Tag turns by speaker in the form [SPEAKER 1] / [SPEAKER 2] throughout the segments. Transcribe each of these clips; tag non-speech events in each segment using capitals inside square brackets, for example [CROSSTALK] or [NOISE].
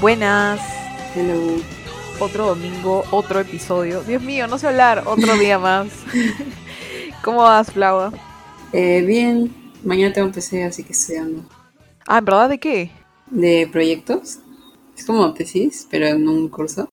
[SPEAKER 1] Buenas.
[SPEAKER 2] Hello.
[SPEAKER 1] Otro domingo, otro episodio. Dios mío, no sé hablar. Otro día más. ¿Cómo vas, Flava?
[SPEAKER 2] Eh, bien, mañana tengo PC, así que estudiando.
[SPEAKER 1] Ah, ¿en verdad de qué?
[SPEAKER 2] ¿De proyectos? Es como tesis, pero en un curso.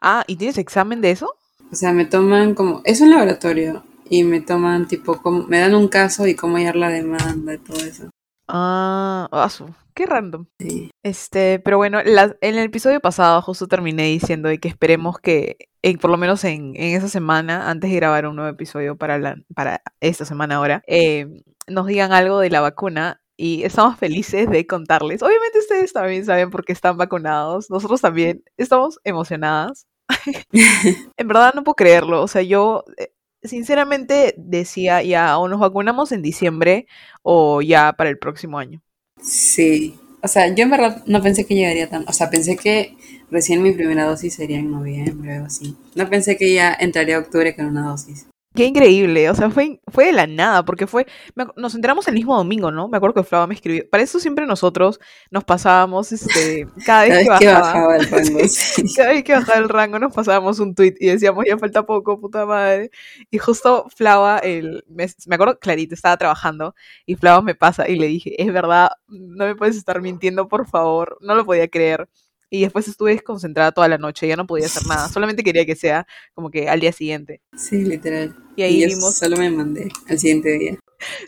[SPEAKER 1] Ah, ¿y tienes examen de eso?
[SPEAKER 2] O sea, me toman como... Es un laboratorio y me toman tipo... Como, me dan un caso y cómo hallar la demanda y todo eso.
[SPEAKER 1] Ah, asu, qué random.
[SPEAKER 2] Sí.
[SPEAKER 1] Este, pero bueno, la- en el episodio pasado justo terminé diciendo de que esperemos que, en- por lo menos en, en esa semana, antes de grabar un nuevo episodio para, la, para esta semana ahora, eh, nos digan algo de la vacuna y estamos felices de contarles. Obviamente ustedes también saben por qué están vacunados, nosotros también estamos emocionadas. en verdad no puedo creerlo, o sea, yo... eh, Sinceramente decía ya o nos vacunamos en diciembre o ya para el próximo año.
[SPEAKER 2] Sí. O sea, yo en verdad no pensé que llegaría tan... O sea, pensé que recién mi primera dosis sería en noviembre o así. No pensé que ya entraría octubre con una dosis.
[SPEAKER 1] Qué increíble, o sea, fue, in- fue de la nada, porque fue, me acu- nos enteramos el mismo domingo, ¿no? Me acuerdo que Flava me escribió, para eso siempre nosotros nos pasábamos,
[SPEAKER 2] [LAUGHS]
[SPEAKER 1] este, cada
[SPEAKER 2] Cada
[SPEAKER 1] vez
[SPEAKER 2] vez
[SPEAKER 1] que
[SPEAKER 2] que
[SPEAKER 1] bajaba,
[SPEAKER 2] bajaba el rango,
[SPEAKER 1] Sí.
[SPEAKER 2] sí.
[SPEAKER 1] cada vez que bajaba el rango nos pasábamos un tweet y decíamos, ya falta poco, puta madre, y justo Flava, el, me, me acuerdo, Clarita estaba trabajando, y Flava me pasa, y le dije, es verdad, no me puedes estar mintiendo, por favor, no lo podía creer, y después estuve desconcentrada toda la noche, ya no podía hacer nada, solamente quería que sea como que al día siguiente,
[SPEAKER 2] Sí, literal.
[SPEAKER 1] y ahí
[SPEAKER 2] Y yo
[SPEAKER 1] vimos...
[SPEAKER 2] solo me mandé al siguiente día.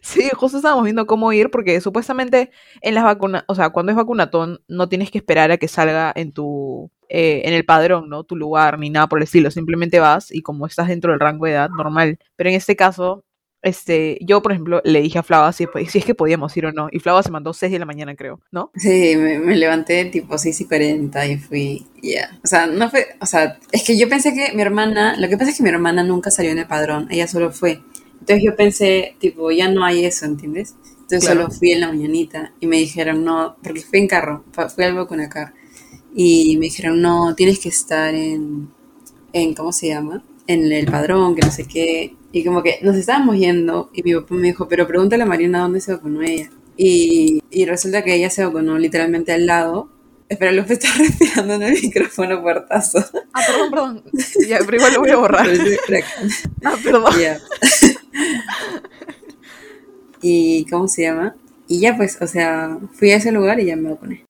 [SPEAKER 1] Sí, justo estábamos viendo cómo ir porque supuestamente en las vacunas, o sea, cuando es vacunatón no tienes que esperar a que salga en tu, eh, en el padrón, ¿no? Tu lugar ni nada por el estilo, simplemente vas y como estás dentro del rango de edad normal. Pero en este caso, este, yo por ejemplo le dije a Flava si, si es que podíamos ir o no y Flava se mandó 6 de la mañana creo, ¿no?
[SPEAKER 2] Sí, me, me levanté tipo 6 y 40 y fui, ya. O sea, no fue, o sea, es que yo pensé que mi hermana, lo que pasa es que mi hermana nunca salió en el padrón, ella solo fue. Entonces yo pensé, tipo, ya no hay eso, ¿entiendes? Entonces
[SPEAKER 1] Claro.
[SPEAKER 2] solo fui en la mañanita y me dijeron, no, porque fui en carro, fa- fui algo con el carro. Y me dijeron, no, tienes que estar en, en, ¿cómo se llama? En el padrón, que no sé qué. Y como que nos estábamos yendo y mi papá me dijo, pero pregúntale a Mariana dónde se vacunó ella. Y, y resulta que ella se vacunó literalmente al lado. Espera, Lupe está [LAUGHS] respirando en el micrófono puertazo.
[SPEAKER 1] Ah, perdón, perdón. [LAUGHS] Ya, pero igual lo voy a [LAUGHS] borrar.
[SPEAKER 2] Parece crack.
[SPEAKER 1] Ah, perdón.
[SPEAKER 2] Ya. ¿Y cómo se llama? Y ya pues, o sea, fui a ese lugar y ya me vacuné.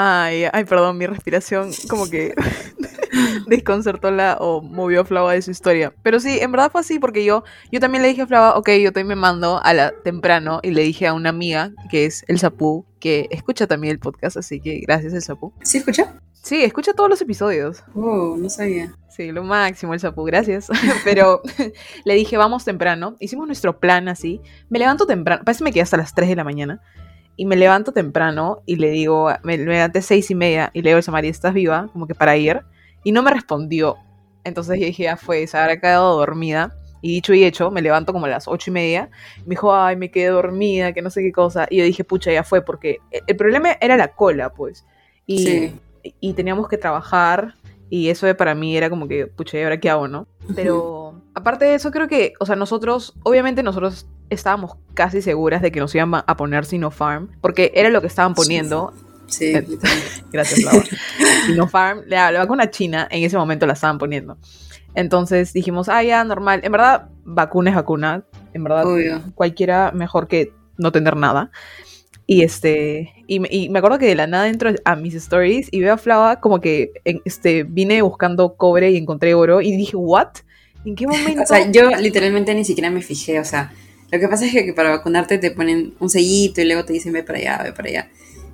[SPEAKER 1] Ay, ay, perdón, mi respiración como que [LAUGHS] desconcertó la o movió a Flava de su historia. Pero sí, en verdad fue así porque yo, yo también le dije a Flava, ok, yo también me mando a la temprano y le dije a una amiga que es el Sapú, que escucha también el podcast, así que gracias el Sapú.
[SPEAKER 2] ¿Sí escuchó?
[SPEAKER 1] Sí, escucha todos los episodios.
[SPEAKER 2] Oh, no sabía.
[SPEAKER 1] Sí, lo máximo el Sapú, gracias. [LAUGHS] Pero le dije, vamos temprano. Hicimos nuestro plan así. Me levanto temprano, parece que me quedé hasta las 3 de la mañana. Y me levanto temprano y le digo, me me levanté seis y media y le digo a María, ¿estás viva? Como que para ir. Y no me respondió. Entonces yo dije, ya fue, se habrá quedado dormida. Y dicho y hecho, me levanto como a las ocho y media. Me dijo, ay, me quedé dormida, que no sé qué cosa. Y yo dije, pucha, ya fue, porque el el problema era la cola, pues. Y,
[SPEAKER 2] Sí.
[SPEAKER 1] y teníamos que trabajar. Y eso de para mí era como que, pucha, ¿y ahora qué hago, no? Pero aparte de eso, creo que, o sea, nosotros, obviamente nosotros estábamos casi seguras de que nos iban a poner Sinopharm, porque era lo que estaban
[SPEAKER 2] Sí.
[SPEAKER 1] poniendo.
[SPEAKER 2] Sí,
[SPEAKER 1] Eh,
[SPEAKER 2] literal.
[SPEAKER 1] Gracias,
[SPEAKER 2] [LAUGHS]
[SPEAKER 1] Laura. Sinopharm, la, la vacuna china, en ese momento la estaban poniendo. Entonces dijimos, ah, ya, normal. En verdad, vacuna es vacuna. En verdad,
[SPEAKER 2] Obvio.
[SPEAKER 1] cualquiera mejor que no tener nada. Y este, y, me- y me acuerdo que de la nada entro a mis stories y veo a Flava como que en- este, vine buscando cobre y encontré oro y dije, ¿what? ¿En qué momento?
[SPEAKER 2] [LAUGHS] O
[SPEAKER 1] [LAUGHS]
[SPEAKER 2] sea, yo literalmente ni siquiera me fijé, o sea, lo que pasa es que, que para vacunarte te ponen un sellito y luego te dicen ve para allá, ve para allá.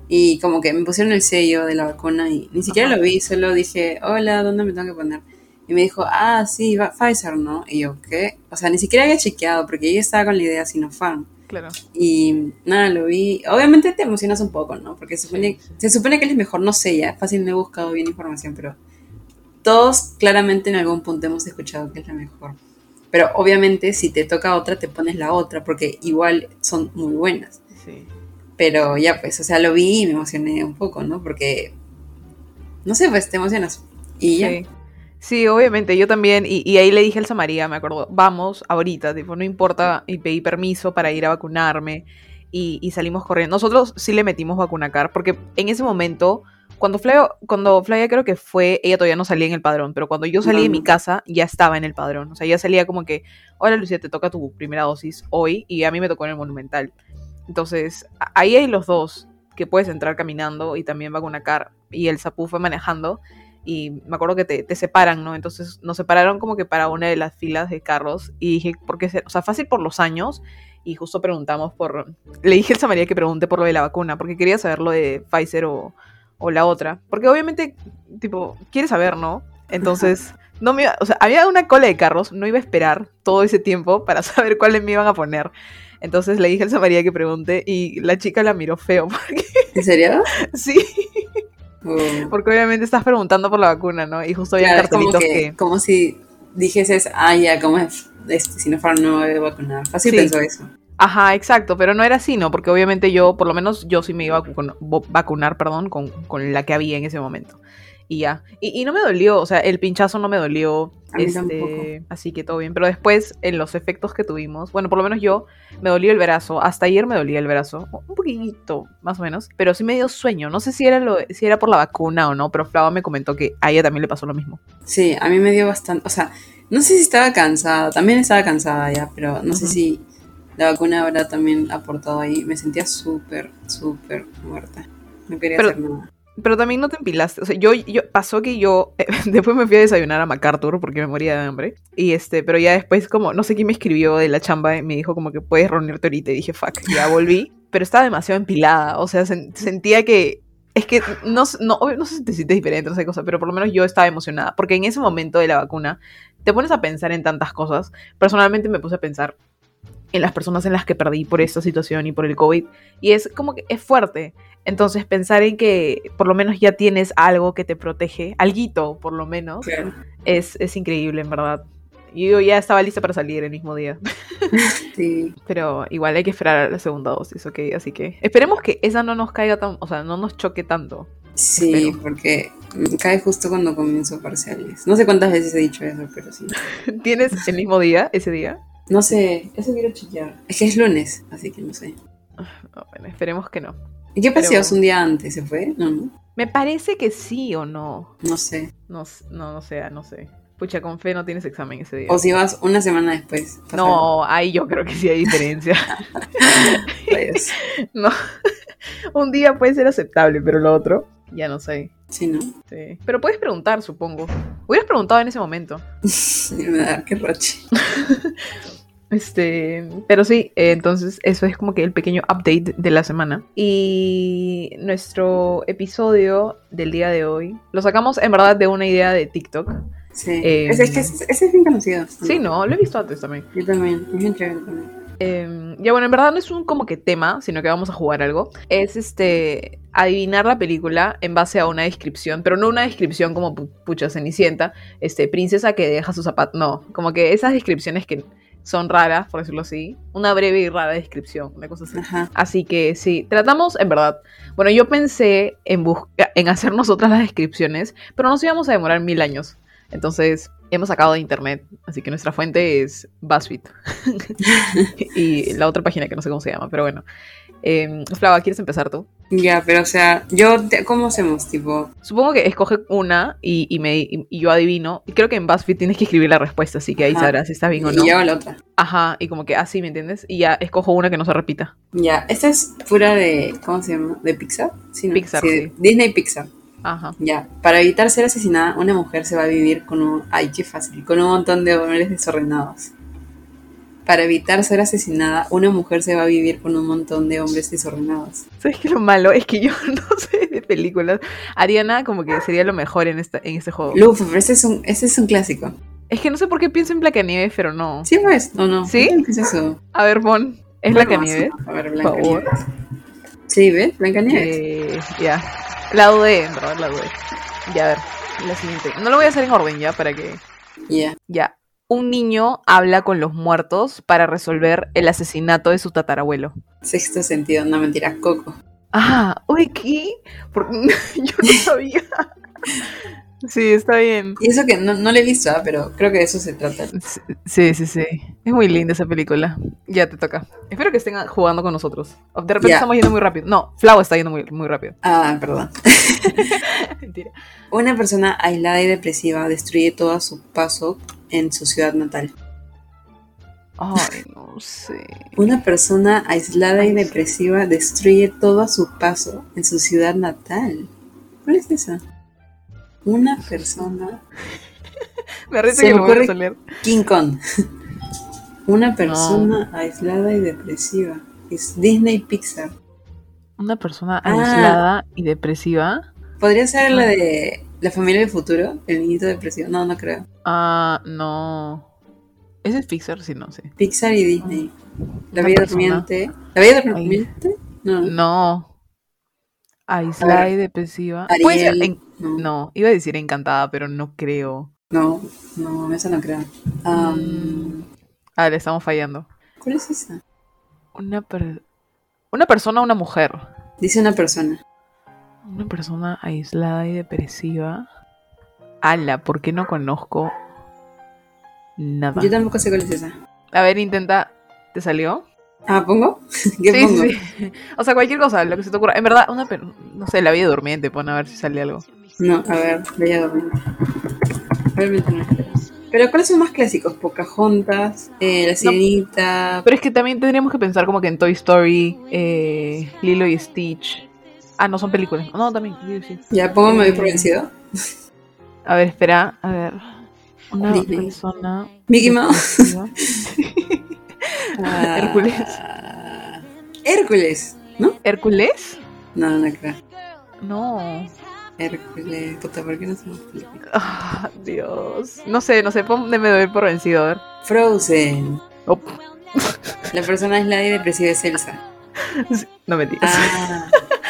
[SPEAKER 2] Y como que me pusieron el sello de la vacuna y ni siquiera
[SPEAKER 1] Ajá.
[SPEAKER 2] lo vi, solo dije, hola, ¿dónde me tengo que poner? Y me dijo, ah, sí, va- Pfizer, ¿no? Y yo, ¿qué? O sea, ni siquiera había chequeado porque yo estaba con la idea Sinopharm.
[SPEAKER 1] Claro.
[SPEAKER 2] Y nada, lo vi. Obviamente te emocionas un poco, ¿no? Porque se supone,
[SPEAKER 1] Sí, sí.
[SPEAKER 2] se supone que él es mejor, no sé, ya fácil no he buscado bien información, pero todos claramente en algún punto hemos escuchado que es la mejor. Pero obviamente si te toca otra, te pones la otra, porque igual son muy buenas.
[SPEAKER 1] Sí.
[SPEAKER 2] Pero ya pues, o sea, lo vi y me emocioné un poco, ¿no? Porque, no sé, pues te emocionas. Y ya.
[SPEAKER 1] Sí. Sí, obviamente, yo también. Y, y ahí le dije al Samaría, me acuerdo, vamos ahorita, tipo, no importa, y pedí permiso para ir a vacunarme. Y, y salimos corriendo. Nosotros sí le metimos vacunacar, porque en ese momento, cuando Flavia, cuando Flavia creo que fue, ella todavía no salía en el padrón, pero cuando yo salí
[SPEAKER 2] No,
[SPEAKER 1] de mi
[SPEAKER 2] no.
[SPEAKER 1] casa ya estaba en el padrón. O sea, ya salía como que, hola Lucía, te toca tu primera dosis hoy y a mí me tocó en el Monumental. Entonces, a- ahí hay los dos, que puedes entrar caminando y también vacunacar. Y el Zapú fue manejando y me acuerdo que te, te separan, ¿no? Entonces nos separaron como que para una de las filas de carros y dije, ¿por qué? se- O sea, fácil por los años y justo preguntamos por, le dije a Elsa María que pregunte por lo de la vacuna, porque quería saber lo de Pfizer o, o la otra. Porque obviamente, tipo, quiere saber, ¿no? Entonces,
[SPEAKER 2] [LAUGHS]
[SPEAKER 1] no me iba- o sea, había una cola de carros, no iba a esperar todo ese tiempo para [LAUGHS] saber cuáles me iban a poner. Entonces le dije a Elsa María que pregunte y la chica la miró feo, [LAUGHS] porque [LAUGHS]
[SPEAKER 2] ¿En serio?
[SPEAKER 1] sí,
[SPEAKER 2] Uh.
[SPEAKER 1] porque obviamente estás preguntando por la vacuna, ¿no? Y justo había
[SPEAKER 2] Claro, es como
[SPEAKER 1] cartelitos
[SPEAKER 2] que,
[SPEAKER 1] que...
[SPEAKER 2] como si dijeses, ah, ya, como es, este, si no fuera no me voy a vacunar. Fácil
[SPEAKER 1] Sí.
[SPEAKER 2] pensó eso.
[SPEAKER 1] Ajá, exacto, pero no era así, ¿no? Porque obviamente yo, por lo menos yo sí me iba a vacu- vo- vacunar, perdón, con, con la que había en ese momento. Y ya. Y, y no me dolió, o sea, el pinchazo no me dolió.
[SPEAKER 2] A mí
[SPEAKER 1] este,
[SPEAKER 2] tampoco.
[SPEAKER 1] Así que todo bien. Pero después, en los efectos que tuvimos, bueno, por lo menos yo me dolió el brazo. Hasta ayer me dolía el brazo. Un poquito, más o menos. Pero sí me dio sueño. No sé si era, lo, si era por la vacuna o no, pero Flava me comentó que a ella también le pasó lo mismo.
[SPEAKER 2] Sí, a mí me dio bastante, o sea, no sé si estaba cansada, también estaba cansada ya, pero no sé
[SPEAKER 1] Ujú.
[SPEAKER 2] si la vacuna habrá también aportado ahí. Me sentía súper, súper muerta. No quería
[SPEAKER 1] Pero-
[SPEAKER 2] hacer nada.
[SPEAKER 1] Pero también no te empilaste. O sea, yo, yo pasó que yo [LAUGHS] después me fui a desayunar a MacArthur porque me moría de hambre. Y este, pero ya después, como, no sé quién me escribió de la chamba y me dijo como que puedes reunirte ahorita. Y dije, fuck, ya volví. Pero estaba demasiado empilada. O sea, sen- sentía que. Es que no, s- no, obvio, no sé si te sientes diferente, no sé qué cosa, pero por lo menos yo estaba emocionada. Porque en ese momento de la vacuna, te pones a pensar en tantas cosas. Personalmente me puse a pensar en las personas en las que perdí por esta situación y por el COVID. Y es como que es fuerte. Entonces pensar en que por lo menos ya tienes algo que te protege, alguito por lo menos,
[SPEAKER 2] Claro.
[SPEAKER 1] es, es increíble en verdad. Y Yo ya estaba lista para salir el mismo día, [LAUGHS]
[SPEAKER 2] Sí.
[SPEAKER 1] pero igual hay que esperar a la segunda dosis, ¿ok? Así que esperemos que esa no nos caiga tan, o sea, no nos choque tanto.
[SPEAKER 2] Sí,
[SPEAKER 1] Espero.
[SPEAKER 2] porque mm, cae justo cuando comienzo parciales. No sé cuántas veces he dicho eso, pero sí.
[SPEAKER 1] ¿Tienes el mismo día, ese día?
[SPEAKER 2] No sé, eso quiero chequear. Es que es lunes, así que no sé.
[SPEAKER 1] No, bueno, esperemos que no.
[SPEAKER 2] ¿Y qué
[SPEAKER 1] Pero
[SPEAKER 2] pasó
[SPEAKER 1] bueno.
[SPEAKER 2] un día antes? ¿Se fue? No, no.
[SPEAKER 1] Me parece que sí o no.
[SPEAKER 2] No sé.
[SPEAKER 1] No, s- no, no sé, no sé. Pucha, con fe no tienes examen ese día.
[SPEAKER 2] O si vas una semana después. pasa algo.
[SPEAKER 1] no, ahí yo creo que sí hay diferencia.
[SPEAKER 2] Rayos.
[SPEAKER 1] No. [LAUGHS] Un día puede ser aceptable, pero lo otro, ya no sé.
[SPEAKER 2] Sí, ¿no? [LAUGHS]
[SPEAKER 1] Sí. Pero puedes preguntar, supongo. Hubieras preguntado en ese momento.
[SPEAKER 2] Me da que roche.
[SPEAKER 1] Este, pero sí, eh, entonces eso es como que el pequeño update de la semana. Y nuestro episodio del día de hoy lo sacamos en verdad de una idea de TikTok.
[SPEAKER 2] Sí.
[SPEAKER 1] Eh,
[SPEAKER 2] ese, es que ese, ese es bien conocido.
[SPEAKER 1] Sí, no, lo he visto antes también.
[SPEAKER 2] Yo también. Es bien chévere también.
[SPEAKER 1] Eh, ya bueno, en verdad no es un como que tema, sino que vamos a jugar algo. Es este adivinar la película en base a una descripción, pero no una descripción como pu- pucha Cenicienta, este princesa que deja su zapato, no, como que esas descripciones que son raras, por decirlo así, una breve y rara descripción, una cosa así.
[SPEAKER 2] Ajá.
[SPEAKER 1] Así que sí, tratamos, en verdad. Bueno, yo pensé en, busca- en hacer [LAUGHS] nosotras las descripciones, pero nos íbamos a demorar mil años. Entonces, hemos sacado de internet, así que nuestra fuente es BuzzFeed. [LAUGHS] y la otra página que no sé cómo se llama, pero bueno. Eh, Flava, ¿quieres empezar tú?
[SPEAKER 2] Ya, pero o sea, yo, te- ¿cómo hacemos? Tipo,
[SPEAKER 1] Supongo que escoge una y, y me, y- y yo adivino. Y creo que en BuzzFeed tienes que escribir la respuesta, así que ahí
[SPEAKER 2] Ajá.
[SPEAKER 1] sabrás si estás bien o
[SPEAKER 2] y
[SPEAKER 1] no.
[SPEAKER 2] yo hago la otra.
[SPEAKER 1] Ajá, y como que así, ¿me entiendes? Y ya escojo una que no se repita.
[SPEAKER 2] Ya, esta es pura de, ¿cómo se llama? ¿De Pixar? Sí, ¿no?
[SPEAKER 1] Pixar,
[SPEAKER 2] de
[SPEAKER 1] sí.
[SPEAKER 2] Disney Pixar.
[SPEAKER 1] Ajá.
[SPEAKER 2] Ya, para evitar ser asesinada, una mujer se va a vivir con un... Ay, qué fácil, con un montón de hombres desordenados. Para evitar ser asesinada, una mujer se va a vivir con un montón de hombres desordenados.
[SPEAKER 1] ¿Sabes qué? Lo malo es que yo [LAUGHS] no sé de películas. Ariana como que sería lo mejor en, esta, en este juego.
[SPEAKER 2] Luf, pero ese es un, ese es un clásico.
[SPEAKER 1] Es que no sé por qué pienso en Blancanieves, pero no.
[SPEAKER 2] ¿Sí pues? ¿O no?
[SPEAKER 1] ¿Sí?
[SPEAKER 2] ¿Qué es eso?
[SPEAKER 1] A ver, Bon, ¿es
[SPEAKER 2] Bueno,
[SPEAKER 1] Blancanieves?
[SPEAKER 2] sí, A ver,
[SPEAKER 1] Por favor.
[SPEAKER 2] Blancanieves. Sí, ¿ves? Blancanieves.
[SPEAKER 1] Eh, ya. La dudé, en verdad, la dudé. Ya, a ver, la siguiente. No lo voy a hacer en orden ya, para que...
[SPEAKER 2] Ya.
[SPEAKER 1] Ya. Un niño habla con los muertos para resolver el asesinato de su tatarabuelo.
[SPEAKER 2] Sexto sentido, no mentira, Coco.
[SPEAKER 1] [LAUGHS]
[SPEAKER 2] [LAUGHS]
[SPEAKER 1] Ah, uy, ¿qué? Por- Yo no sabía. Sí, está bien.
[SPEAKER 2] Y eso que no, no le he visto, ah, pero creo que de eso se trata.
[SPEAKER 1] Sí, sí, sí. Es muy linda esa película. Ya te toca. Espero que estén jugando con nosotros. Oh, De repente
[SPEAKER 2] Ya.
[SPEAKER 1] estamos yendo muy rápido. No, Flau está yendo muy, muy rápido.
[SPEAKER 2] Ah, perdón.
[SPEAKER 1] [LAUGHS] Mentira.
[SPEAKER 2] Una persona aislada y depresiva destruye todo a su paso en su ciudad natal.
[SPEAKER 1] Ay, no sé.
[SPEAKER 2] Una persona aislada y
[SPEAKER 1] Ay, sí.
[SPEAKER 2] depresiva destruye todo a su paso en su ciudad natal. ¿Cuál es esa? Una persona.
[SPEAKER 1] [LAUGHS] Me risa
[SPEAKER 2] Se
[SPEAKER 1] que
[SPEAKER 2] me
[SPEAKER 1] lo voy a
[SPEAKER 2] ocurre-
[SPEAKER 1] salir.
[SPEAKER 2] King Kong. [LAUGHS]
[SPEAKER 1] Ah.
[SPEAKER 2] Una persona aislada y depresiva. Es Disney Pixar.
[SPEAKER 1] Una persona
[SPEAKER 2] Ah.
[SPEAKER 1] aislada y depresiva.
[SPEAKER 2] ¿Podría ser la de La familia del futuro? El niñito depresivo. No, no creo.
[SPEAKER 1] Ah, no. ¿Ese es Pixar? Sí, no sé.
[SPEAKER 2] Pixar y Disney.
[SPEAKER 1] Una
[SPEAKER 2] La Bella
[SPEAKER 1] persona.
[SPEAKER 2] Durmiente. ¿La Bella Durmiente? No.
[SPEAKER 1] No. Aislada y depresiva. Puede ser
[SPEAKER 2] Ariel.
[SPEAKER 1] en-
[SPEAKER 2] No. no.
[SPEAKER 1] No, iba a decir encantada, pero no creo.
[SPEAKER 2] No, esa no creo. Am,
[SPEAKER 1] Ah, le estamos fallando.
[SPEAKER 2] ¿Cuál es esa?
[SPEAKER 1] Una, per- una persona, una mujer.
[SPEAKER 2] Dice una persona.
[SPEAKER 1] Una persona aislada y depresiva. Ala, ¿por qué no conozco nada?
[SPEAKER 2] Yo tampoco sé cuál es esa.
[SPEAKER 1] A ver, intenta. ¿Te salió?
[SPEAKER 2] Ah, ¿pongo? [LAUGHS] ¿Qué
[SPEAKER 1] sí,
[SPEAKER 2] pongo?
[SPEAKER 1] sí. [LAUGHS] O sea, cualquier cosa, lo que se te ocurra. En verdad, una per- no sé, la vida durmiente, pon a ver si sale algo.
[SPEAKER 2] No, a ver, Bella Durmiente. A ver, Bella Durmiente. Pero ¿cuáles son más clásicos? Pocahontas, eh, La Sirenita.
[SPEAKER 1] Pero es que también tendríamos que pensar como que en Toy Story, eh, Lilo y Stitch. Ah, no son películas. No, también. Lilo y Stitch.
[SPEAKER 2] Ya, pongo Me doy por vencido.
[SPEAKER 1] A ver, espera, a ver. Una
[SPEAKER 2] Disney.
[SPEAKER 1] persona. [LAUGHS]
[SPEAKER 2] Mickey Mouse.
[SPEAKER 1] depresiva.
[SPEAKER 2] Ah,
[SPEAKER 1] Hércules.
[SPEAKER 2] Hércules, ¿no?
[SPEAKER 1] ¿Hércules?
[SPEAKER 2] No, no creo.
[SPEAKER 1] No.
[SPEAKER 2] Hércules. Puta, ¿por qué no se me explica?
[SPEAKER 1] Ah, Dios. No sé, no sé, pon- me doy por vencido, a ver.
[SPEAKER 2] Frozen.
[SPEAKER 1] Oh,
[SPEAKER 2] La persona aislada y depresiva es Elsa.
[SPEAKER 1] [LAUGHS] no me digas.
[SPEAKER 2] Ah.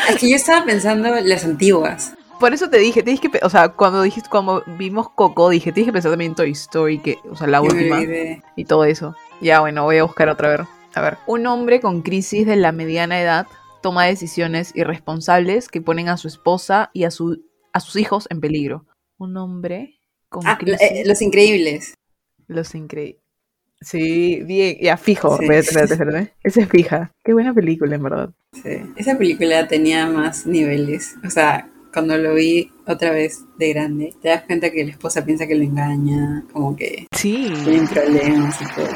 [SPEAKER 2] Es que yo estaba pensando las antiguas.
[SPEAKER 1] Por eso te dije, tienes que, pe- o sea, cuando dijiste, cuando vimos Coco, dije, tienes que pensar también en Toy Story, que, o sea, la
[SPEAKER 2] Yo me
[SPEAKER 1] última
[SPEAKER 2] olvidé.
[SPEAKER 1] y todo eso. Ya, bueno, voy a buscar otra vez. A ver. Un hombre con crisis de la mediana edad toma decisiones irresponsables que ponen a su esposa y a, su, a sus hijos en peligro. Un hombre con
[SPEAKER 2] Ah,
[SPEAKER 1] crisis.
[SPEAKER 2] eh, Los Increíbles.
[SPEAKER 1] Los increíbles. Sí, bien, ya fijo.
[SPEAKER 2] Sí.
[SPEAKER 1] Espérate, espérate, espérate. ¿eh? Esa es fija. Qué buena película, en verdad.
[SPEAKER 2] Sí, Esa película tenía más niveles. O sea, cuando lo vi otra vez de grande, te das cuenta que la esposa piensa que lo engaña, como que
[SPEAKER 1] Sí,
[SPEAKER 2] tienen problemas y todo.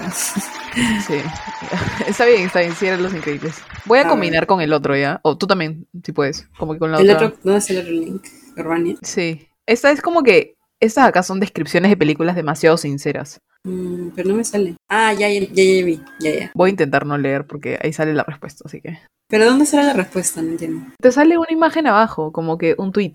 [SPEAKER 1] sí. [LAUGHS] Está bien, está bien. Sí, eran los increíbles. Voy a,
[SPEAKER 2] A ver.
[SPEAKER 1] combinar con el otro ya. O tú también, si puedes. Como que con la
[SPEAKER 2] Ah. El
[SPEAKER 1] otra.
[SPEAKER 2] otro, ¿Dónde está el otro link? Urbania.
[SPEAKER 1] Sí. Esta es como que. Estas acá son descripciones de películas demasiado sinceras.
[SPEAKER 2] Mm, pero no me sale. Ah, ya, ya, ya, ya vi. Ya, ya.
[SPEAKER 1] Voy a intentar no leer porque ahí sale la respuesta, así que.
[SPEAKER 2] Pero ¿dónde será la respuesta? No entiendo.
[SPEAKER 1] Te sale una imagen abajo, como que un tweet.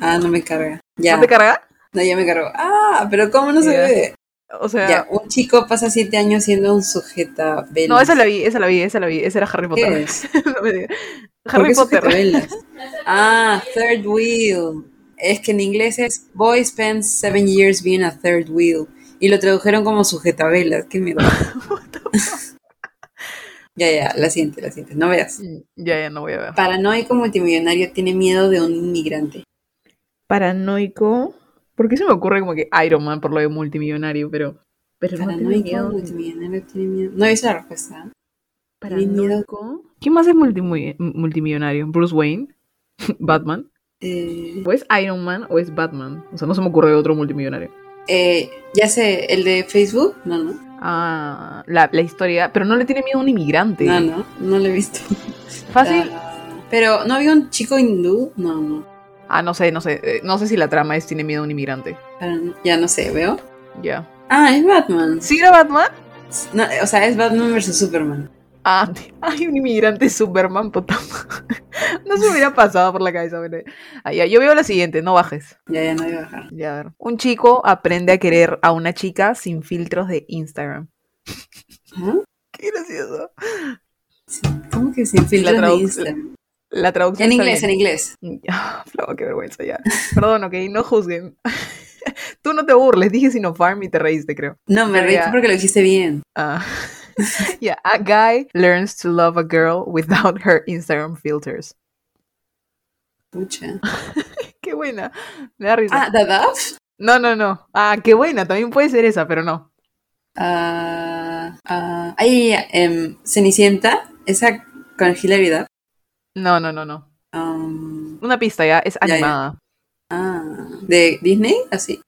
[SPEAKER 2] Ah, no me carga. Ya.
[SPEAKER 1] ¿No te carga?
[SPEAKER 2] No, ya me cargó. Ah, pero ¿cómo no se
[SPEAKER 1] Ya.
[SPEAKER 2] ve?
[SPEAKER 1] O sea.
[SPEAKER 2] Ya, un chico pasa siete años siendo un sujeta velas.
[SPEAKER 1] No, esa la vi, esa la vi, esa la vi. Esa era Harry
[SPEAKER 2] ¿Qué
[SPEAKER 1] Potter.
[SPEAKER 2] es?
[SPEAKER 1] [LAUGHS] No me digas.
[SPEAKER 2] ¿Por
[SPEAKER 1] Harry
[SPEAKER 2] qué
[SPEAKER 1] Potter.
[SPEAKER 2] sujetavelas? Ah, third wheel. Es que en inglés es Boy spends seven years being a third wheel. Y lo tradujeron como sujetavelas.
[SPEAKER 1] [LAUGHS]
[SPEAKER 2] Qué mierda. ya, ya, la siguiente, la siguiente. No veas.
[SPEAKER 1] Ya, ya no voy a ver.
[SPEAKER 2] Paranoico multimillonario tiene miedo de un inmigrante.
[SPEAKER 1] Paranoico. ¿Por qué se me ocurre como que Iron Man por lo de multimillonario? Pero. Pero no tiene
[SPEAKER 2] Paranoico
[SPEAKER 1] miedo.
[SPEAKER 2] multimillonario tiene miedo. No hice la respuesta. ¿eh? tiene miedo.
[SPEAKER 1] Paranoico. ¿Quién más es multimu- multimillonario? ¿Bruce Wayne? [LAUGHS] ¿Batman?
[SPEAKER 2] Eh,
[SPEAKER 1] ¿O es Iron Man o es Batman? O sea, no se me ocurre otro multimillonario.
[SPEAKER 2] eh, ya sé, el de Facebook. No, no.
[SPEAKER 1] Ah, la, la historia. Pero no le tiene miedo a un inmigrante.
[SPEAKER 2] No, no. No lo he visto.
[SPEAKER 1] Fácil.
[SPEAKER 2] Ah, Pero, ¿no había un chico hindú? No, no.
[SPEAKER 1] Ah, no sé, no sé. eh, No sé si la trama es tiene miedo a un inmigrante.
[SPEAKER 2] Paran- Ya no sé, veo.
[SPEAKER 1] Ya.
[SPEAKER 2] Ah, es Batman.
[SPEAKER 1] ¿Sí era Batman?
[SPEAKER 2] No, o sea, es Batman versus Superman.
[SPEAKER 1] Ah, [LAUGHS] hay un inmigrante Superman, puta. madre. [LAUGHS] No se me hubiera pasado por la cabeza. bueno. Ah, ya, yo veo la siguiente, no bajes.
[SPEAKER 2] Ya, ya no voy a bajar.
[SPEAKER 1] Ya, a ver. Un chico aprende a querer a una chica sin filtros de Instagram.
[SPEAKER 2] ¿Ah?
[SPEAKER 1] [LAUGHS] Qué gracioso.
[SPEAKER 2] ¿Cómo que sin filtros
[SPEAKER 1] La
[SPEAKER 2] de
[SPEAKER 1] tradu-
[SPEAKER 2] Instagram?
[SPEAKER 1] La traducción.
[SPEAKER 2] En
[SPEAKER 1] está
[SPEAKER 2] inglés, en
[SPEAKER 1] bien.
[SPEAKER 2] inglés.
[SPEAKER 1] [LAUGHS] Ah, Flava, qué vergüenza ya. Perdón, ok, no juzguen. [LAUGHS] Tú no te burles, dije Sinopharm y te reíste, creo.
[SPEAKER 2] No, me
[SPEAKER 1] Pero
[SPEAKER 2] reí
[SPEAKER 1] Ah, ya.
[SPEAKER 2] porque lo dijiste bien.
[SPEAKER 1] Ah. [LAUGHS] yeah, a guy learns to love a girl without her Instagram filters. [LAUGHS]
[SPEAKER 2] Pucha.
[SPEAKER 1] Qué buena. Me da risa.
[SPEAKER 2] Ah, Dadaf.
[SPEAKER 1] No, no, no. Ah, qué buena. También puede ser esa, pero no.
[SPEAKER 2] Ah, ah, ay, ay, ay, em, Cenicienta, esa con Hilary Duff.
[SPEAKER 1] No, no, no, no.
[SPEAKER 2] Um,
[SPEAKER 1] Una pista ya. Es
[SPEAKER 2] Ya, ya.
[SPEAKER 1] animada.
[SPEAKER 2] ah, de Disney, así.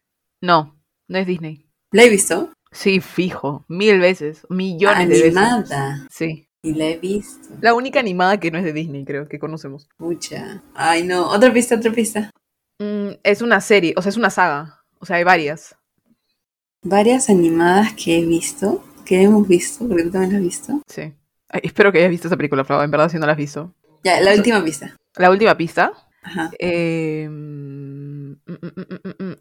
[SPEAKER 1] No, no es Disney.
[SPEAKER 2] La he visto.
[SPEAKER 1] Sí, fijo. Mil veces. Millones de veces.
[SPEAKER 2] Animada.
[SPEAKER 1] Sí.
[SPEAKER 2] Y la he visto.
[SPEAKER 1] La única animada que no es de Disney, creo, que conocemos.
[SPEAKER 2] Pucha. Ay, no. Otra pista, otra pista.
[SPEAKER 1] Mm, es una serie, o sea, es una saga. O sea, hay varias.
[SPEAKER 2] Varias animadas que he visto, que hemos visto, porque tú también las has visto.
[SPEAKER 1] Sí. Ay, espero que hayas visto esa película, Flava. En verdad, si no la has visto.
[SPEAKER 2] Ya, la última pista.
[SPEAKER 1] La última pista.
[SPEAKER 2] Ajá.
[SPEAKER 1] eh, mm, mm, mm, mm, mm.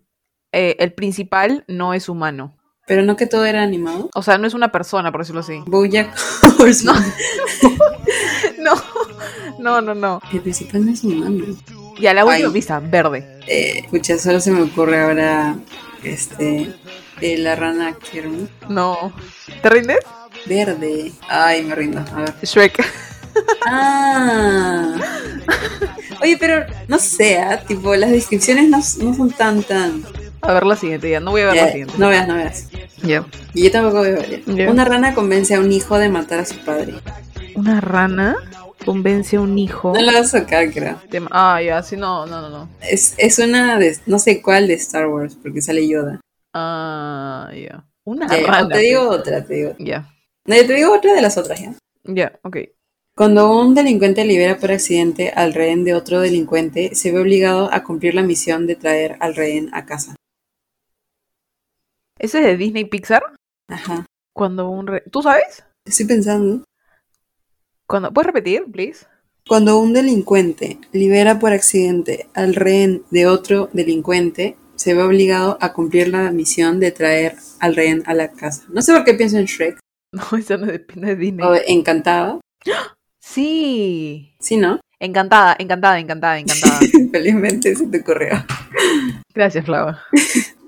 [SPEAKER 1] Eh, el principal no es humano.
[SPEAKER 2] Pero no que todo era animado.
[SPEAKER 1] O sea, no es una persona, por decirlo así.
[SPEAKER 2] Bojack Horseman. Ah.
[SPEAKER 1] [LAUGHS] No, no, no, no.
[SPEAKER 2] El principal no es humano.
[SPEAKER 1] Ya, la última
[SPEAKER 2] Ay.
[SPEAKER 1] pista, verde.
[SPEAKER 2] Eh, pucha, solo se me ocurre ahora este eh, la rana Kermit
[SPEAKER 1] No. ¿Te rindes?
[SPEAKER 2] verde. Ay, me rindo. A ver.
[SPEAKER 1] Shrek.
[SPEAKER 2] Ah. Oye, pero no sé, ah, tipo las descripciones no, no son tan tan.
[SPEAKER 1] A ver la siguiente, ya. No voy a ver la
[SPEAKER 2] Ya,
[SPEAKER 1] siguiente.
[SPEAKER 2] no veas, no veas.
[SPEAKER 1] Ya.
[SPEAKER 2] Y yo tampoco veo. ya.
[SPEAKER 1] Ya.
[SPEAKER 2] Una rana convence a un hijo de matar a su padre.
[SPEAKER 1] Una rana convence a un hijo.
[SPEAKER 2] No lo vas a sacar, creo.
[SPEAKER 1] de- Ah, ya, sí, no, no, no, no.
[SPEAKER 2] Es, es una de no sé cuál de Star Wars porque sale Yoda.
[SPEAKER 1] Ah, ya. Una
[SPEAKER 2] Ya, ya,
[SPEAKER 1] rana.
[SPEAKER 2] o te digo otra, te digo.
[SPEAKER 1] Ya,
[SPEAKER 2] No, yo te digo otra de las otras ya.
[SPEAKER 1] ya, ok.
[SPEAKER 2] Cuando un delincuente libera por accidente al rehén de otro delincuente, se ve obligado a cumplir la misión de traer al rehén a casa.
[SPEAKER 1] ¿Ese es de Disney Pixar?
[SPEAKER 2] Ajá.
[SPEAKER 1] Cuando un re- ¿Tú sabes?
[SPEAKER 2] Estoy pensando.
[SPEAKER 1] Cuando... ¿Puedes repetir, please? [LAUGHS]
[SPEAKER 2] Cuando un delincuente libera por accidente al rehén de otro delincuente, se ve obligado a cumplir la misión de traer al rehén a la casa. No sé por qué pienso en Shrek
[SPEAKER 1] No, esa no depende de Disney.
[SPEAKER 2] o Encantada.
[SPEAKER 1] Sí.
[SPEAKER 2] Sí, ¿no? [LAUGHS]
[SPEAKER 1] Encantada, encantada, encantada, encantada.
[SPEAKER 2] Felizmente se te correo.
[SPEAKER 1] [LAUGHS] Gracias, Flava.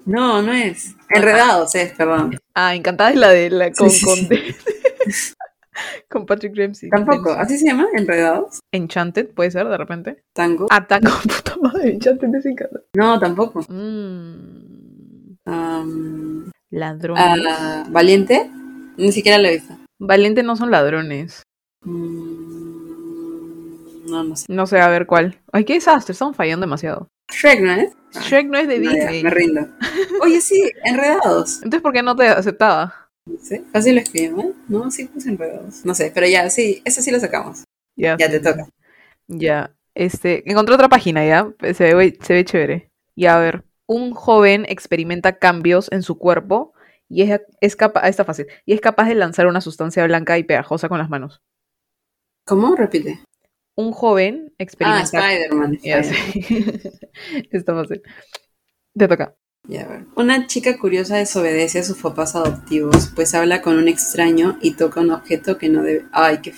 [SPEAKER 2] No, no es. Enredados es, perdón.
[SPEAKER 1] Ah, encantada es la de la con
[SPEAKER 2] sí,
[SPEAKER 1] con,
[SPEAKER 2] sí. [LAUGHS]
[SPEAKER 1] con Patrick Dempsey.
[SPEAKER 2] Tampoco. ¿Así se llama? ¿Enredados?
[SPEAKER 1] Enchanted puede ser de repente.
[SPEAKER 2] ¿Tango?
[SPEAKER 1] Ah, tango, [LAUGHS] puta madre, Enchanted es encantado.
[SPEAKER 2] No, tampoco.
[SPEAKER 1] Mm,
[SPEAKER 2] Am,
[SPEAKER 1] ladrones.
[SPEAKER 2] Ah, ¿Valiente? Ni siquiera lo he visto.
[SPEAKER 1] Valiente no son ladrones.
[SPEAKER 2] Mm, No, no sé.
[SPEAKER 1] No sé, a ver cuál. Ay, qué desastre, estamos fallando demasiado.
[SPEAKER 2] Shrek, ¿no es?
[SPEAKER 1] Shrek no es de
[SPEAKER 2] No, ya,
[SPEAKER 1] Disney.
[SPEAKER 2] me rindo. Oye, sí, enredados.
[SPEAKER 1] Entonces, ¿por qué no te aceptaba?
[SPEAKER 2] No sé, Fácil lo escribí mal. No, sí puse enredados. No sé, pero ya, sí, eso sí lo sacamos.
[SPEAKER 1] Ya,
[SPEAKER 2] Ya
[SPEAKER 1] sí,
[SPEAKER 2] te
[SPEAKER 1] sí,
[SPEAKER 2] toca.
[SPEAKER 1] Ya, este, encontré otra página, ya, se ve, se ve chévere. Ya, a ver, un joven experimenta cambios en su cuerpo y es, es capaz, está fácil, y es capaz de lanzar una sustancia blanca y pegajosa con las manos.
[SPEAKER 2] ¿Cómo? Repite.
[SPEAKER 1] Un joven
[SPEAKER 2] Ah,
[SPEAKER 1] experimenta...
[SPEAKER 2] Spider-Man.
[SPEAKER 1] ya,
[SPEAKER 2] Spider-Man.
[SPEAKER 1] sí. [LAUGHS] está fácil. Te toca.
[SPEAKER 2] Ya, a ver. Una chica curiosa desobedece a sus papás adoptivos, pues habla con un extraño y toca un objeto que no debe. Ay, qué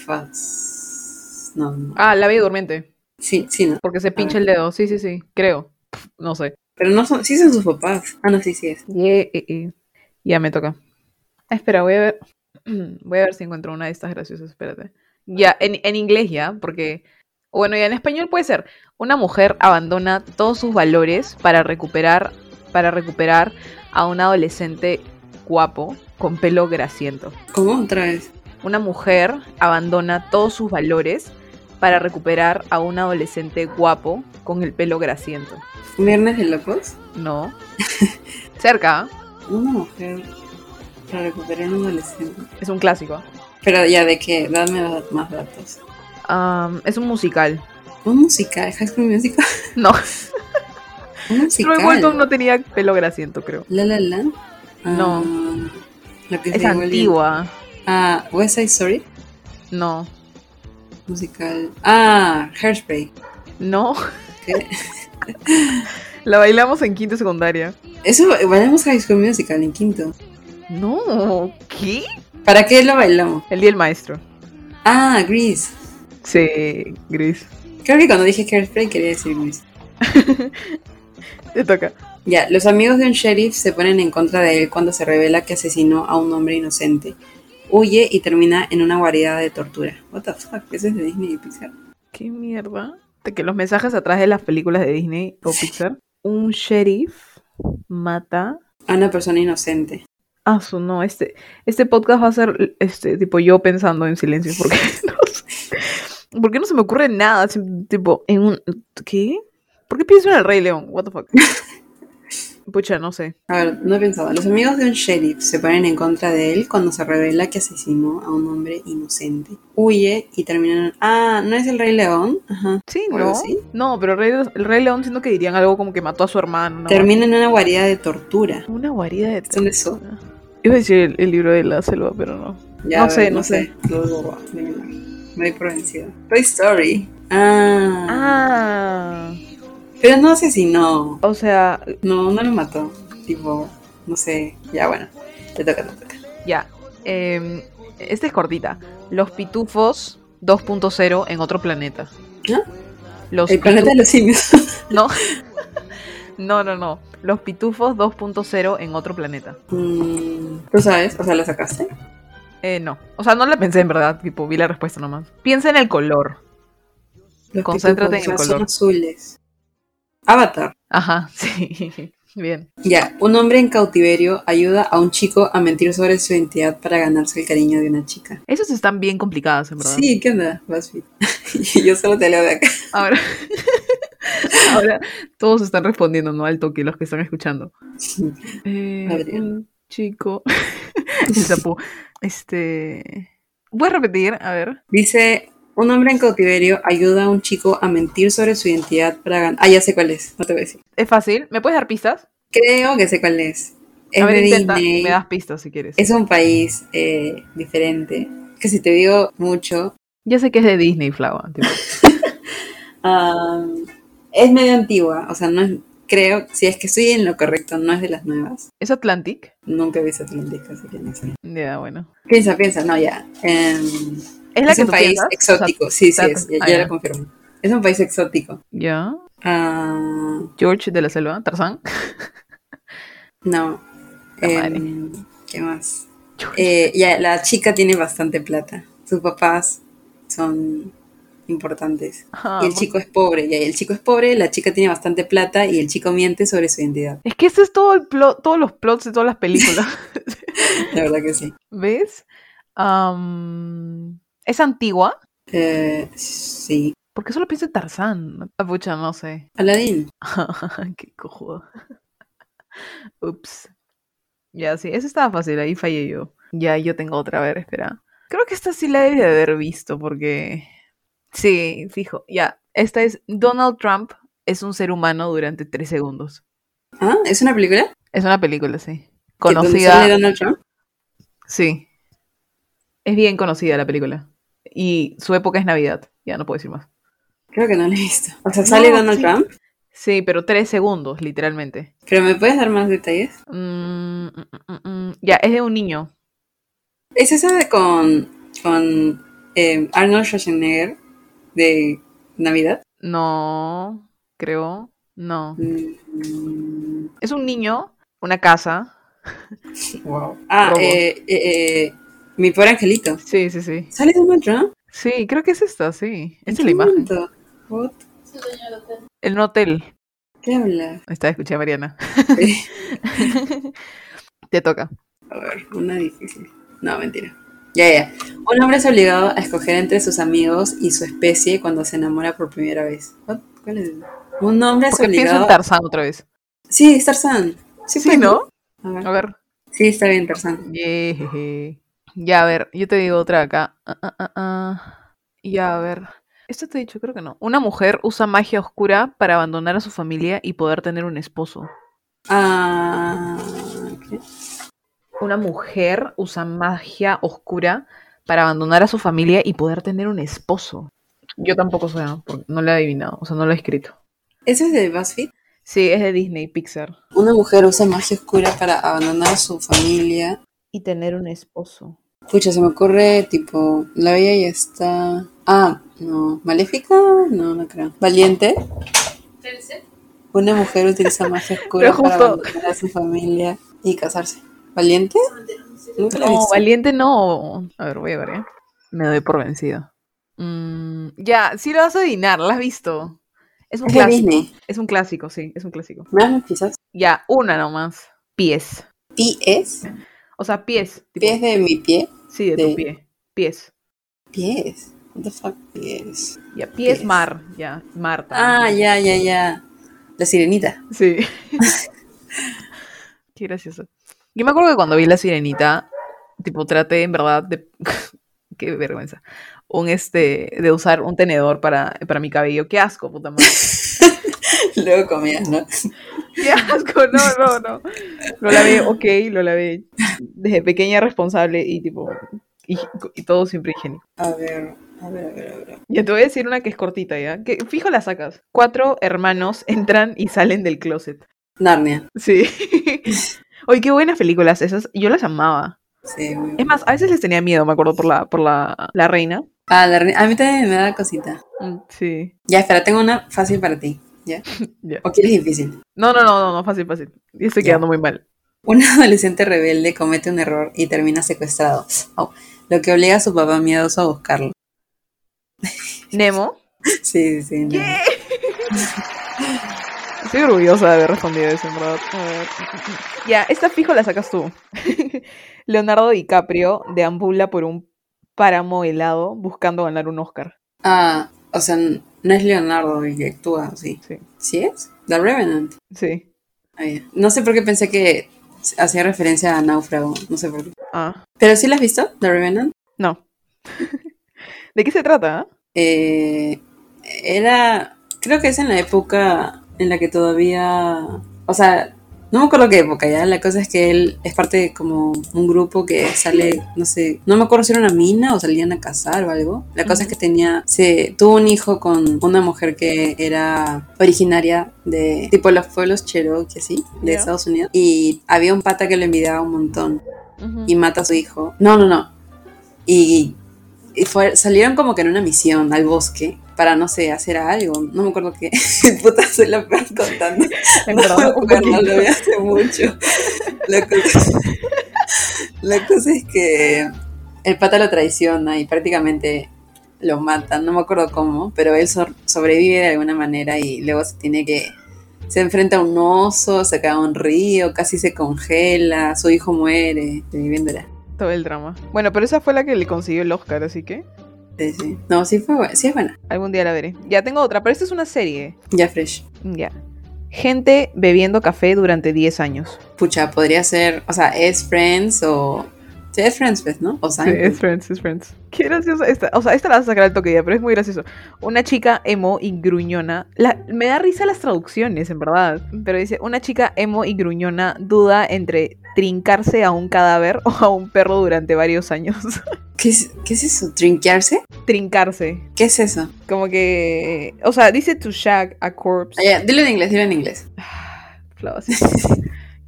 [SPEAKER 2] faz. No, no.
[SPEAKER 1] Ah, la bella durmiente,
[SPEAKER 2] Sí, sí, no.
[SPEAKER 1] porque se pincha el dedo, sí, sí, sí, creo. No sé.
[SPEAKER 2] Pero no son, sí son sus papás. Ah, no, sí, sí es.
[SPEAKER 1] Ye- eh, eh. Ya me toca. Ah, Espera, voy a ver. [CLEARS THROAT] Voy a ver si encuentro una de estas graciosas. Espérate. Ya, en, en inglés ya, porque. Bueno, ya en español puede ser. Una mujer abandona todos sus valores para recuperar, para recuperar a un adolescente guapo con pelo grasiento.
[SPEAKER 2] ¿Cómo otra vez?
[SPEAKER 1] Una mujer abandona todos sus valores para recuperar a un adolescente guapo con el pelo grasiento.
[SPEAKER 2] ¿Viernes de locos?
[SPEAKER 1] No. Cerca, ¿ah?
[SPEAKER 2] Una mujer para recuperar un adolescente.
[SPEAKER 1] es un clásico.
[SPEAKER 2] Pero ya, ¿de qué? Dame da- más datos.
[SPEAKER 1] Am, es un musical.
[SPEAKER 2] ¿Un musical? ¿High School Musical?
[SPEAKER 1] [LAUGHS] No,
[SPEAKER 2] ¿Un musical?
[SPEAKER 1] Troy Bolton no tenía pelo grasiento, creo.
[SPEAKER 2] ¿La La Land? Ah,
[SPEAKER 1] No.
[SPEAKER 2] Lo que
[SPEAKER 1] Es
[SPEAKER 2] se llama el-
[SPEAKER 1] antigua.
[SPEAKER 2] Ah, West Side Story.
[SPEAKER 1] No.
[SPEAKER 2] Musical. Ah, Hairspray.
[SPEAKER 1] No.
[SPEAKER 2] ¿Qué?
[SPEAKER 1] La bailamos en quinto secundaria.
[SPEAKER 2] Eso ba- bailamos High School Musical en quinto.
[SPEAKER 1] No. ¿Qué?
[SPEAKER 2] ¿Para qué lo bailamos?
[SPEAKER 1] El día del maestro.
[SPEAKER 2] Ah, Grease.
[SPEAKER 1] Sí, Gris.
[SPEAKER 2] Creo que cuando dije Hairspray quería decir Grease.
[SPEAKER 1] Te toca.
[SPEAKER 2] Ya, los amigos de un sheriff se ponen en contra de él cuando se revela que asesinó a un hombre inocente. Huye y termina en una guarida de tortura. What the fuck, ¿eso es de Disney y Pixar?
[SPEAKER 1] ¿Qué mierda? De que los mensajes atrás de las películas de Disney o Pixar un sheriff mata
[SPEAKER 2] A una persona inocente.
[SPEAKER 1] Ah, su no, este, este podcast va a ser este tipo yo pensando en silencio [LAUGHS] porque no, sé- porque no se me ocurre nada, si- tipo en un ¿qué? ¿Por qué pienso en el Rey León? What the [LAUGHS] fuck. Pucha, no sé.
[SPEAKER 2] A ver, no he pensado. Los amigos de un sheriff se ponen en contra de él cuando se revela que asesinó a un hombre inocente. Huye y terminan. Ah, ¿no es el Rey León? Ajá.
[SPEAKER 1] Pues Sí,
[SPEAKER 2] ¿O algo
[SPEAKER 1] ¿no?
[SPEAKER 2] así?
[SPEAKER 1] No, pero el Rey, el Rey León siento que dirían algo como que mató a su hermano. una
[SPEAKER 2] Termina en una guarida de tortura.
[SPEAKER 1] guar- Una guarida de
[SPEAKER 2] ¿Dónde eso?
[SPEAKER 1] terror. Iba a decir el, el libro de la selva, pero no.
[SPEAKER 2] Ya,
[SPEAKER 1] No
[SPEAKER 2] a ver,
[SPEAKER 1] sé, no
[SPEAKER 2] no sé. No, no, no, no, no. Me doy por vencido. Toy Story. Ah,
[SPEAKER 1] Ah,
[SPEAKER 2] Pero no asesinó.
[SPEAKER 1] o sea,
[SPEAKER 2] No, no lo mató. Tipo, no sé. Ya, bueno. Te toca, te toca.
[SPEAKER 1] Ya. em, esta es cortita. Los pitufos 2.0 en otro planeta.
[SPEAKER 2] ¿Ah?
[SPEAKER 1] Los
[SPEAKER 2] El planeta de
[SPEAKER 1] pitu-
[SPEAKER 2] los simios. [LAUGHS]
[SPEAKER 1] No. no, no, no. Los pitufos 2.0 en otro planeta.
[SPEAKER 2] Mm, ¿Tú sabes? O sea, ¿la sacaste?
[SPEAKER 1] Eh, no. O sea, no la pensé en verdad. Tipo, vi la respuesta nomás. Piensa en el color.
[SPEAKER 2] Los
[SPEAKER 1] Concéntrate
[SPEAKER 2] pitufos,
[SPEAKER 1] en el
[SPEAKER 2] o sea, son
[SPEAKER 1] color.
[SPEAKER 2] azules. Avatar.
[SPEAKER 1] Ajá, [LAUGHS] sí. Bien.
[SPEAKER 2] Ya, un hombre en cautiverio ayuda a un chico a mentir sobre su identidad para ganarse el cariño de una chica.
[SPEAKER 1] Esas están bien complicadas, en verdad.
[SPEAKER 2] Sí, ¿qué onda? BuzzFeed. [LAUGHS] Yo solo te leo de
[SPEAKER 1] [LAUGHS]
[SPEAKER 2] acá.
[SPEAKER 1] Ahora, ahora todos están respondiendo, no al toque, los que están escuchando. Eh,
[SPEAKER 2] Adrián.
[SPEAKER 1] un chico.
[SPEAKER 2] [LAUGHS]
[SPEAKER 1] El tapú. Este. Voy a repetir, a ver.
[SPEAKER 2] Dice, un hombre en cautiverio ayuda a un chico a mentir sobre su identidad para ganar... Ah, ya sé cuál es, no te voy a decir.
[SPEAKER 1] Es fácil. ¿Me puedes dar pistas?
[SPEAKER 2] Creo que sé cuál es. Es
[SPEAKER 1] a ver,
[SPEAKER 2] de
[SPEAKER 1] intenta. y
[SPEAKER 2] Disney.
[SPEAKER 1] Me das pistas si quieres.
[SPEAKER 2] Es un país eh, diferente. Que si te digo mucho...
[SPEAKER 1] Ya sé que es de Disney, Flava. tipo.
[SPEAKER 2] am, es medio antigua, o sea, no es... Creo, si es que estoy en lo correcto, no es de las nuevas.
[SPEAKER 1] ¿Es Atlantic?
[SPEAKER 2] Nunca he visto Atlántica, así que no sé.
[SPEAKER 1] Ya, bueno.
[SPEAKER 2] Piensa, piensa, no, ya. Em,
[SPEAKER 1] ¿Es
[SPEAKER 2] es
[SPEAKER 1] la que
[SPEAKER 2] un
[SPEAKER 1] tú
[SPEAKER 2] país
[SPEAKER 1] piensas?
[SPEAKER 2] exótico, sí, sí,
[SPEAKER 1] Sat-
[SPEAKER 2] es, ya,
[SPEAKER 1] ah,
[SPEAKER 2] ya
[SPEAKER 1] ya.
[SPEAKER 2] lo confirmo. Es un país exótico.
[SPEAKER 1] Ya.
[SPEAKER 2] Ah,
[SPEAKER 1] George de la Selva, Tarzán.
[SPEAKER 2] no.
[SPEAKER 1] La madre.
[SPEAKER 2] Em, ¿Qué más?
[SPEAKER 1] George.
[SPEAKER 2] Eh, ya, la chica tiene bastante plata. Sus papás son importantes.
[SPEAKER 1] Ah,
[SPEAKER 2] y el chico es pobre, ya, y el chico es pobre, la chica tiene bastante plata y el chico miente sobre su identidad.
[SPEAKER 1] Es que ese es todo el plot, todos los plots de todas las películas.
[SPEAKER 2] [LAUGHS]
[SPEAKER 1] [LAUGHS]
[SPEAKER 2] La verdad que sí.
[SPEAKER 1] ¿Ves? Am, es antigua.
[SPEAKER 2] Eh, sí.
[SPEAKER 1] ¿Por qué solo pienso en Tarzán? Ah, Pucha, no sé.
[SPEAKER 2] Aladdin.
[SPEAKER 1] [LAUGHS] Qué cojudo. Ups. Ya, sí, eso estaba fácil, ahí fallé yo. Ya, yo tengo otra, a ver, espera. Creo que esta sí la debí de haber visto porque... Sí, fijo, ya. Esta es Donald Trump es un ser humano durante tres segundos.
[SPEAKER 2] ¿Ah? ¿Es una película?
[SPEAKER 1] Es una película, sí.
[SPEAKER 2] ¿Que- donde
[SPEAKER 1] Conocida.
[SPEAKER 2] sale Donald Trump?
[SPEAKER 1] Sí. Es bien conocida la película. Y su época es Navidad. Ya no puedo decir más.
[SPEAKER 2] Creo que no la he visto. O sea, sale
[SPEAKER 1] No,
[SPEAKER 2] Donald
[SPEAKER 1] sí.
[SPEAKER 2] Trump.
[SPEAKER 1] Sí, pero tres segundos, literalmente.
[SPEAKER 2] ¿Pero me puedes dar más detalles?
[SPEAKER 1] Mm, mm, mm, mm. Ya, es de un niño.
[SPEAKER 2] ¿Es esa de con, con eh, Arnold Schwarzenegger de Navidad?
[SPEAKER 1] No, creo, no.
[SPEAKER 2] Mm,
[SPEAKER 1] Es un niño, una casa.
[SPEAKER 2] wow. Ah,
[SPEAKER 1] Robo.
[SPEAKER 2] eh, eh, eh, Mi Pobre Angelito.
[SPEAKER 1] Sí, sí, sí.
[SPEAKER 2] ¿Sale Donald Trump?
[SPEAKER 1] Sí, creo que es esta, sí.
[SPEAKER 2] ¿En
[SPEAKER 1] Esta
[SPEAKER 2] qué
[SPEAKER 1] es la imagen.
[SPEAKER 2] momento? What?
[SPEAKER 1] En un hotel.
[SPEAKER 2] ¿Qué [LAUGHS] habla?
[SPEAKER 1] Está, escuché a Mariana.
[SPEAKER 2] Eh,
[SPEAKER 1] Te toca.
[SPEAKER 2] a ver, una difícil. No, mentira. Ya, ya. Un hombre es obligado a escoger entre sus amigos y su especie cuando se enamora por primera vez. What? ¿Cuál es? Un hombre es
[SPEAKER 1] Porque pienso en
[SPEAKER 2] obligado...
[SPEAKER 1] Tarzán otra vez.
[SPEAKER 2] Sí, es Tarzán. Sí,
[SPEAKER 1] Sí,
[SPEAKER 2] pues,
[SPEAKER 1] ¿no?
[SPEAKER 2] A ver.
[SPEAKER 1] A ver.
[SPEAKER 2] Sí, está bien, Tarzán.
[SPEAKER 1] Yejeje. Ya, a ver, yo te digo otra acá. Ah, ah, ah, ah. Ya, a ver. Esto te he dicho, creo que no. Una mujer usa magia oscura para abandonar a su familia y poder tener un esposo.
[SPEAKER 2] Ah, ¿qué?
[SPEAKER 1] Una mujer usa magia oscura para abandonar a su familia y poder tener un esposo. Yo tampoco sé, ¿no? Porque no lo he adivinado, o sea, no lo he escrito.
[SPEAKER 2] ¿Ese es de BuzzFeed?
[SPEAKER 1] Sí, es de Disney, Pixar.
[SPEAKER 2] Una mujer usa magia oscura para abandonar a su familia.
[SPEAKER 1] Y tener un esposo.
[SPEAKER 2] Pucha, se me ocurre, tipo, la bella ya está. Ah, no. ¿Maléfica? No, no creo. ¿Valiente? Una mujer
[SPEAKER 1] [LAUGHS]
[SPEAKER 2] utiliza magia oscura
[SPEAKER 1] Pero
[SPEAKER 2] para
[SPEAKER 1] justo-
[SPEAKER 2] abandonar a su familia y casarse. ¿Valiente? Nunca la he
[SPEAKER 1] No, Oh,
[SPEAKER 2] visto.
[SPEAKER 1] valiente no. A ver, voy a ver, ¿eh? Me doy por vencido. Mm, ya, sí lo vas a adivinar, la has visto. Es un
[SPEAKER 2] Es de
[SPEAKER 1] clásico.
[SPEAKER 2] Disney.
[SPEAKER 1] Es un clásico, sí, es un clásico.
[SPEAKER 2] ¿Me das más piezas?
[SPEAKER 1] Ya, una nomás. Pies.
[SPEAKER 2] Pies.
[SPEAKER 1] O sea, pies. tipo,
[SPEAKER 2] Pies de mi pie.
[SPEAKER 1] Sí, de
[SPEAKER 2] de-
[SPEAKER 1] tu pie. Pies.
[SPEAKER 2] Pies. What the fuck? Pies.
[SPEAKER 1] Ya, pies,
[SPEAKER 2] Pies.
[SPEAKER 1] mar. Ya, Marta.
[SPEAKER 2] Ah, ya, ya, ya. La sirenita. [LAUGHS]
[SPEAKER 1] Sí. [LAUGHS] Qué gracioso. Yo me acuerdo que cuando vi La Sirenita, tipo, traté en verdad de... [LAUGHS] Qué vergüenza. Un este, de usar un tenedor para, para mi cabello. Qué asco, puta madre.
[SPEAKER 2] Luego comías, ¿no?
[SPEAKER 1] [LAUGHS] Qué asco, no, no, no. Lo lavé, ok, lo lavé. Desde pequeña responsable y tipo, y, y todo siempre higiénico.
[SPEAKER 2] A ver, a ver, a ver, a ver.
[SPEAKER 1] Ya te voy a decir una que es cortita, ¿ya? Que fijo la sacas. Cuatro hermanos entran y salen del closet.
[SPEAKER 2] Narnia.
[SPEAKER 1] Sí. [LAUGHS] Oye, qué buenas películas esas. Yo las amaba.
[SPEAKER 2] Sí, muy
[SPEAKER 1] Es
[SPEAKER 2] bueno.
[SPEAKER 1] más, a veces les tenía miedo, me acuerdo, por la, por la, la reina.
[SPEAKER 2] Ah, la reina- A mí también me da cosita.
[SPEAKER 1] Mm, Sí.
[SPEAKER 2] Ya, espera, tengo una fácil para ti. ¿Ya?
[SPEAKER 1] [LAUGHS] Ya.
[SPEAKER 2] ¿O quieres difícil?
[SPEAKER 1] No, no, no, no, no, fácil, fácil. Y estoy
[SPEAKER 2] Ya.
[SPEAKER 1] quedando muy mal.
[SPEAKER 2] Un [LAUGHS] adolescente rebelde comete un error y termina secuestrado. Au. lo que obliga a su papá miedoso a buscarlo. [LAUGHS]
[SPEAKER 1] Nemo.
[SPEAKER 2] Sí, sí, sí. no.
[SPEAKER 1] [LAUGHS] Estoy orgullosa de haber respondido eso, en verdad. A ver. Ya, esta fijo la sacas tú. [LAUGHS] Leonardo DiCaprio deambula por un páramo helado buscando ganar un Oscar.
[SPEAKER 2] Ah, o sea, n- no es Leonardo el que actúa, sí.
[SPEAKER 1] Sí,
[SPEAKER 2] ¿Sí es? The Revenant.
[SPEAKER 1] sí.
[SPEAKER 2] Ah, ya. No sé por qué pensé que hacía referencia a Náufrago. No sé por qué.
[SPEAKER 1] Ah,
[SPEAKER 2] ¿Pero sí la has visto, The Revenant?
[SPEAKER 1] no. [LAUGHS] ¿De qué se trata? ah?
[SPEAKER 2] Eh, era. Creo que es en la época en la que todavía. O sea, no me acuerdo qué época ya. La cosa es que él es parte de como un grupo que sale, no sé. No me acuerdo si era una mina o salían a cazar o algo. La cosa es que tenía. Se, tuvo un hijo con una mujer que era originaria de. Tipo los pueblos Cherokee, así. De
[SPEAKER 1] Ya.
[SPEAKER 2] Estados Unidos. Y había un pata que lo envidiaba un montón y mata a su hijo. No, no, no. Y, y fue- salieron como que en una misión al bosque para, no sé, hacer algo. No me acuerdo qué. [LAUGHS] Puta, soy la peor contando.
[SPEAKER 1] En
[SPEAKER 2] No [LAUGHS]
[SPEAKER 1] verdad,
[SPEAKER 2] me
[SPEAKER 1] un
[SPEAKER 2] acuerdo,
[SPEAKER 1] poquito.
[SPEAKER 2] lo vi hace mucho. La cosa, la cosa es que el pata lo traiciona y prácticamente lo mata. No me acuerdo cómo, pero él sor- sobrevive de alguna manera y luego se tiene que se enfrenta a un oso, se cae a un río, casi se congela, su hijo muere, viviéndola.
[SPEAKER 1] Todo el drama. Bueno, pero esa fue la que le consiguió el Oscar, así que
[SPEAKER 2] Sí, sí. No, sí fue buena, sí es buena.
[SPEAKER 1] algún día la veré. Ya tengo otra, pero esta es una serie.
[SPEAKER 2] Ya fresh.
[SPEAKER 1] Ya. Gente bebiendo café durante 10 años.
[SPEAKER 2] Pucha, podría ser, o sea, es Friends o... Sí, es Friends, pues, ¿no? O
[SPEAKER 1] Sí,
[SPEAKER 2] Seinfeld.
[SPEAKER 1] es Friends, es Friends. Qué graciosa esta. O sea, esta la vas a sacar al toque ya, pero es muy gracioso. Una chica emo y gruñona. La- me da risa las traducciones, en verdad. Pero dice, una chica emo y gruñona duda entre trincarse a un cadáver o a un perro durante varios años. [LAUGHS]
[SPEAKER 2] ¿Qué, es, ¿Qué es eso? ¿Trinquearse?
[SPEAKER 1] trincarse.
[SPEAKER 2] ¿Qué es eso?
[SPEAKER 1] Como que... O sea, dice to shag a corpse.
[SPEAKER 2] Ah, ya, dilo en inglés, dilo en inglés.
[SPEAKER 1] Flaws.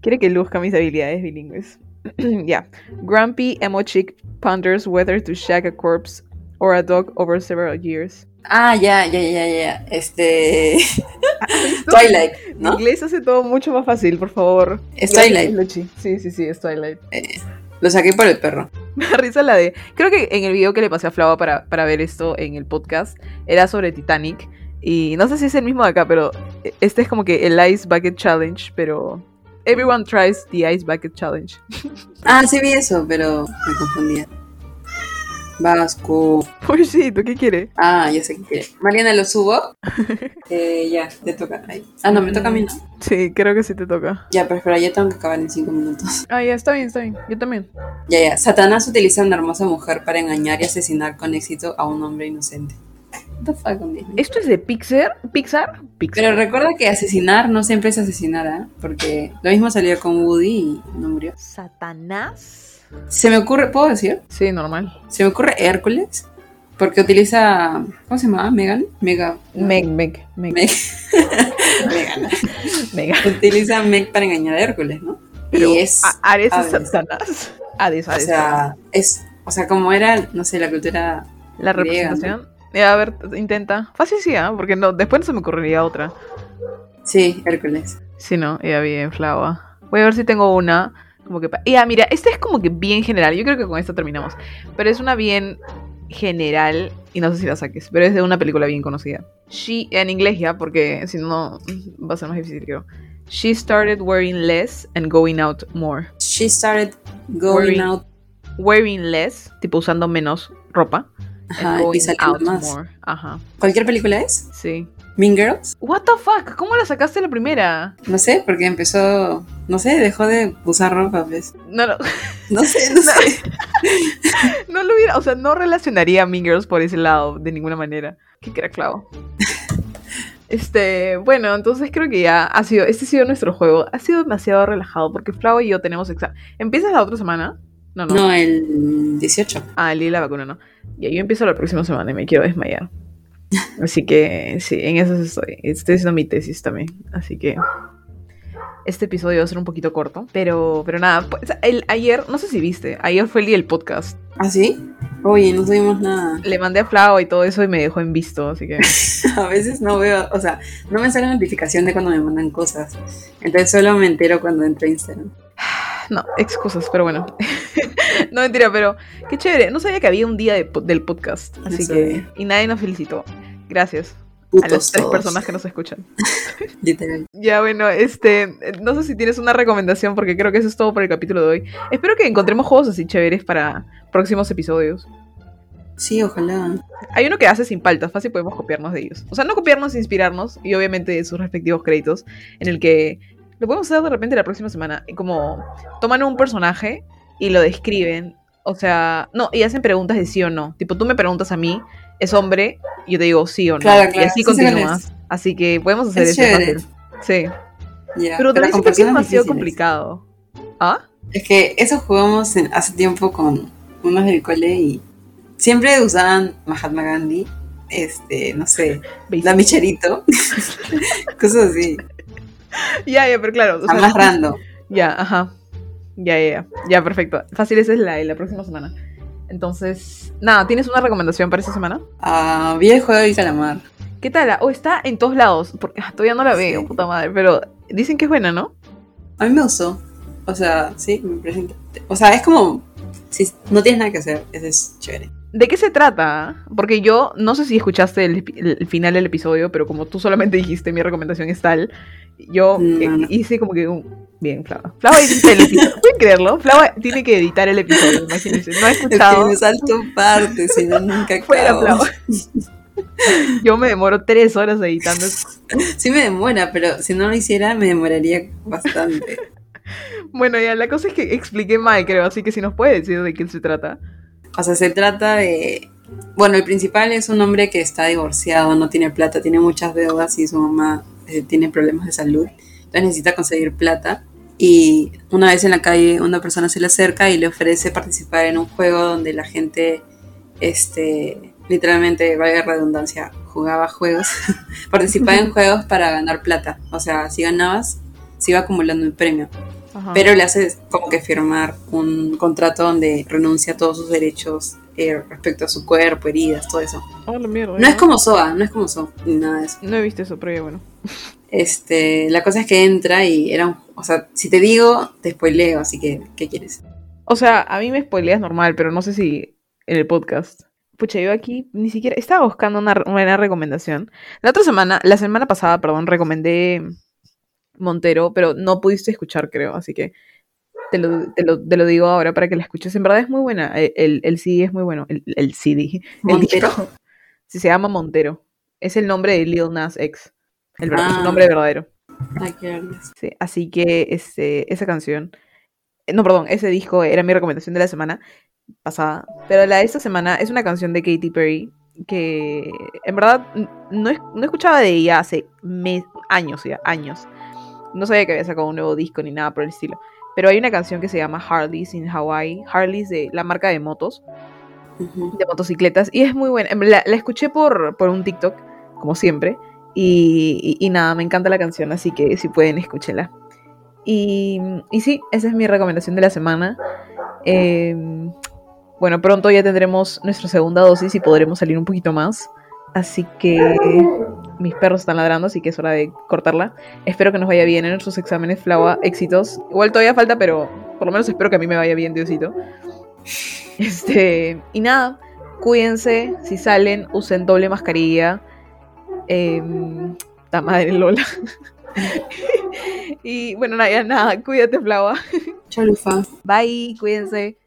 [SPEAKER 1] Quiere que luzca mis habilidades bilingües. [CLEARS THROAT] ya. Grumpy emo chick ponders whether to shag a corpse or a dog over several years.
[SPEAKER 2] Ah, ya, ya, ya, ya, ya. Este... Twilight,
[SPEAKER 1] En
[SPEAKER 2] ¿no?
[SPEAKER 1] Inglés hace todo mucho más fácil, por favor.
[SPEAKER 2] Es
[SPEAKER 1] Gracias,
[SPEAKER 2] Twilight.
[SPEAKER 1] Luchi. Sí, sí, sí, es Twilight. [LAUGHS]
[SPEAKER 2] Lo saqué por el perro.
[SPEAKER 1] Me da risa la de. Creo que en el video que le pasé a Flava para, para ver esto en el podcast era sobre Titanic. Y no sé si es el mismo de acá, pero este es como que el Ice Bucket Challenge, pero. Everyone tries the Ice Bucket Challenge. [LAUGHS]
[SPEAKER 2] Ah, sí vi eso, pero me confundía. Vasco.
[SPEAKER 1] Pobrecito, ¿qué quiere?
[SPEAKER 2] Ah, ya sé qué quiere. Mariana, ¿lo subo? Eh, ya, te toca. Ay. Ah, no, me toca a mí, ¿no?
[SPEAKER 1] Sí, creo que sí te toca.
[SPEAKER 2] Ya, pero espera, ya tengo que acabar en cinco minutos. [LAUGHS]
[SPEAKER 1] Ah, ya, está bien, está bien. Yo también.
[SPEAKER 2] Ya, ya. Satanás utiliza a una hermosa mujer para engañar y asesinar con éxito a un hombre inocente. What the fuck, con Disney?
[SPEAKER 1] ¿Esto es de Pixar? ¿Pixar? Pixar.
[SPEAKER 2] Pero recuerda que asesinar no siempre es asesinar, ¿ah? Porque lo mismo salió con Woody y no murió.
[SPEAKER 1] ¿Satanás?
[SPEAKER 2] Se me ocurre, ¿puedo decir?
[SPEAKER 1] Sí, normal.
[SPEAKER 2] Se me ocurre Hércules. Porque utiliza. ¿Cómo se llama? ¿Megan? Mega.
[SPEAKER 1] Meg, Meg, Meg. [LAUGHS]
[SPEAKER 2] Meg. Megan.
[SPEAKER 1] Meg.
[SPEAKER 2] Utiliza a Meg para engañar a Hércules, ¿no?
[SPEAKER 1] Pero ah,
[SPEAKER 2] y es.
[SPEAKER 1] A- Ares es
[SPEAKER 2] Hades.
[SPEAKER 1] Satanás. Hades,
[SPEAKER 2] o
[SPEAKER 1] Hades.
[SPEAKER 2] sea, es. O sea, como era, no sé, la cultura
[SPEAKER 1] la
[SPEAKER 2] griega,
[SPEAKER 1] representación. Ya, a ver, intenta. Fácil sí, ¿ah? porque no, después no se me ocurriría otra.
[SPEAKER 2] Sí, Hércules.
[SPEAKER 1] Si no, ya bien, flava. Voy a ver si tengo una. Como que. pa- Ya, mira, esta es como que bien general. Yo creo que con esta terminamos. Pero es una bien general. Y no sé si la saques. Pero es de una película bien conocida. She, en inglés ya, porque si no va a ser más difícil, creo. She started wearing less and going out more.
[SPEAKER 2] She started going
[SPEAKER 1] Wearing-
[SPEAKER 2] out
[SPEAKER 1] Wearing less, tipo usando menos ropa.
[SPEAKER 2] ajá,
[SPEAKER 1] and going
[SPEAKER 2] y saliendo
[SPEAKER 1] out
[SPEAKER 2] más.
[SPEAKER 1] more. Ajá,
[SPEAKER 2] ¿Cualquier película es?
[SPEAKER 1] sí.
[SPEAKER 2] ¿Mean Girls?
[SPEAKER 1] What the fuck? ¿Cómo la sacaste la primera?
[SPEAKER 2] No sé, porque empezó, no sé, dejó de usar ropa, pues.
[SPEAKER 1] No, [LAUGHS] no,
[SPEAKER 2] No sé, no sé.
[SPEAKER 1] no lo hubiera, o sea, no relacionaría a Mean Girls por ese lado de ninguna manera. Qué crack clavo. Este, bueno, entonces creo que ya ha sido, este ha sido nuestro juego. Ha sido demasiado relajado porque Flau y yo tenemos examen. ¿Empiezas la otra semana? No, no.
[SPEAKER 2] No, el 18.
[SPEAKER 1] Ah, el día de la vacuna no. Ya, yo empiezo la próxima semana y me quiero desmayar. Así que sí, en eso estoy. Estoy haciendo mi tesis también. Así que este episodio va a ser un poquito corto. Pero, pero nada, pues, el, ayer, no sé si viste, ayer fue el día del podcast.
[SPEAKER 2] ¿Ah, sí? Oye, no subimos nada. [LAUGHS]
[SPEAKER 1] Le mandé a Flau y todo eso y me dejó en visto. Así que
[SPEAKER 2] A veces no veo, o sea, no me sale notificación de cuando me mandan cosas. Entonces solo me entero cuando entro a Instagram.
[SPEAKER 1] no, excusas, pero bueno. [LAUGHS] no mentira, pero qué chévere. No sabía que había un día de po- del podcast.
[SPEAKER 2] No
[SPEAKER 1] Así que,
[SPEAKER 2] sabía.
[SPEAKER 1] y nadie nos felicitó. Gracias a
[SPEAKER 2] Putos
[SPEAKER 1] las tres
[SPEAKER 2] todos.
[SPEAKER 1] personas que nos escuchan.
[SPEAKER 2] Literal.
[SPEAKER 1] Ya, bueno, este, no sé si tienes una recomendación porque creo que eso es todo por el capítulo de hoy. Espero que encontremos juegos así chéveres para próximos episodios.
[SPEAKER 2] Sí, ojalá.
[SPEAKER 1] Hay uno que hace sin paltas, fácil podemos copiarnos de ellos. O sea, no copiarnos, inspirarnos y obviamente de sus respectivos créditos en el que lo podemos hacer de repente la próxima semana. y Como toman un personaje y lo describen. O sea, no, y hacen preguntas de sí o no. Tipo, tú me preguntas a mí, ¿es hombre? Y yo te digo sí o no.
[SPEAKER 2] Claro, claro,
[SPEAKER 1] Y así
[SPEAKER 2] sí sé cuál
[SPEAKER 1] continúas. Así que podemos hacer
[SPEAKER 2] Es
[SPEAKER 1] eso
[SPEAKER 2] chévere.
[SPEAKER 1] fácil. Sí.
[SPEAKER 2] Ya,
[SPEAKER 1] Pero también siento
[SPEAKER 2] con
[SPEAKER 1] que es
[SPEAKER 2] personas
[SPEAKER 1] demasiado
[SPEAKER 2] difíciles.
[SPEAKER 1] complicado. ¿Ah?
[SPEAKER 2] Es que eso jugamos en- hace tiempo con unos del cole y siempre usaban Mahatma Gandhi, este, no sé, la
[SPEAKER 1] Basic.
[SPEAKER 2] Michelito, [LAUGHS] cosas así,
[SPEAKER 1] Ya, ya, pero claro. o
[SPEAKER 2] la
[SPEAKER 1] sea,
[SPEAKER 2] más random.
[SPEAKER 1] ya, ajá. Ya, ya, ya. Ya, perfecto. Fácil, esa es la, la próxima semana. Entonces, nada, ¿tienes una recomendación para esta semana?
[SPEAKER 2] Ah, vi el juego del calamar.
[SPEAKER 1] ¿Qué tal? la- Oh, está en todos lados. Porque ah, todavía no la veo,
[SPEAKER 2] Sí.
[SPEAKER 1] puta madre. Pero dicen que es buena, ¿no?
[SPEAKER 2] A mí me gustó. O sea, sí, me presenta. O sea, es como. Si no tienes nada que hacer, eso es chévere.
[SPEAKER 1] ¿De qué se trata? Porque yo no sé si escuchaste el, epi- el final del episodio, pero como tú solamente dijiste mi recomendación es tal, yo
[SPEAKER 2] No,
[SPEAKER 1] eh,
[SPEAKER 2] no.
[SPEAKER 1] hice como que un... Bien, Flava. Flava edita el episodio. [LAUGHS] ¿Pueden creerlo? Flava tiene que editar el episodio, imagínense. No ha
[SPEAKER 2] Es
[SPEAKER 1] escuchado.
[SPEAKER 2] que me salto partes y yo nunca
[SPEAKER 1] [LAUGHS] Fuera,
[SPEAKER 2] acabo.
[SPEAKER 1] Flava. [LAUGHS] Yo me demoro tres horas editando. esto.
[SPEAKER 2] Sí me demora, pero si no lo hiciera, me demoraría bastante.
[SPEAKER 1] Bueno, ya, la cosa es que expliqué mal, creo, así que si nos puede decir de quién se trata.
[SPEAKER 2] O sea, se trata de. Bueno, el principal es un hombre que está divorciado, no tiene plata, tiene muchas deudas y su mamá eh, tiene problemas de salud. Entonces necesita conseguir plata. Y una vez en la calle, una persona se le acerca y le ofrece participar en un juego donde la gente, este, literalmente, valga la redundancia, jugaba juegos, [LAUGHS] participaba en juegos para ganar plata. O sea, si ganabas, se iba acumulando el premio
[SPEAKER 1] Ajá.
[SPEAKER 2] pero le hace como que firmar un contrato donde renuncia a todos sus derechos eh, respecto a su cuerpo, heridas, todo eso.
[SPEAKER 1] Oh, la mierda,
[SPEAKER 2] No
[SPEAKER 1] ya.
[SPEAKER 2] es como SOA, no es como SOA, ni nada de eso.
[SPEAKER 1] No he visto eso, pero ya, bueno.
[SPEAKER 2] Este, la cosa es que entra y era un... O sea, si te digo, te spoileo, así que, ¿qué quieres?
[SPEAKER 1] O sea, a mí me spoileas normal, pero no sé si en el podcast. Pucha, yo aquí ni siquiera estaba buscando una re- buena recomendación. La otra semana, la semana pasada, perdón, recomendé Montero, pero no pudiste escuchar, creo, así que te lo, te lo- te lo digo ahora para que la escuches. En verdad es muy buena, el, el- el CD es muy bueno, el, el CD. [LAUGHS] El
[SPEAKER 2] Montero.
[SPEAKER 1] disco. Sí, se llama Montero. Es el nombre de Lil Nas X, el, ver- su
[SPEAKER 2] Ah.
[SPEAKER 1] nombre verdadero.
[SPEAKER 2] Ay, qué hablas.
[SPEAKER 1] Sí, así que este, esa canción, eh, no, perdón, ese disco era mi recomendación de la semana pasada, pero la de esta semana es una canción de Katy Perry que en verdad n- no, es- no escuchaba de ella hace mes- años, ya, años. No sabía que había sacado un nuevo disco ni nada por el estilo. Pero hay una canción que se llama Harley's in Hawaii, Harley's de la marca de motos,
[SPEAKER 2] Ujú.
[SPEAKER 1] de motocicletas y es muy buena. En- La, la escuché por, por un TikTok, como siempre, y, y- y nada, me encanta la canción, así que si pueden, escúchenla. Y, y sí, esa es mi recomendación de la semana. Eh, bueno, pronto ya tendremos nuestra segunda dosis y podremos salir un poquito más. Así que mis perros están ladrando, así que es hora de cortarla. Espero que nos vaya bien en nuestros exámenes, Flava, éxitos. Igual todavía falta, pero por lo menos espero que a mí me vaya bien, Diosito. Este, y nada, cuídense, si salen, usen doble mascarilla. Eh, ta madre Lola. [LAUGHS] y bueno, nada, ya nada, cuídate, Flava.
[SPEAKER 2] Chalufa.
[SPEAKER 1] Bye, cuídense.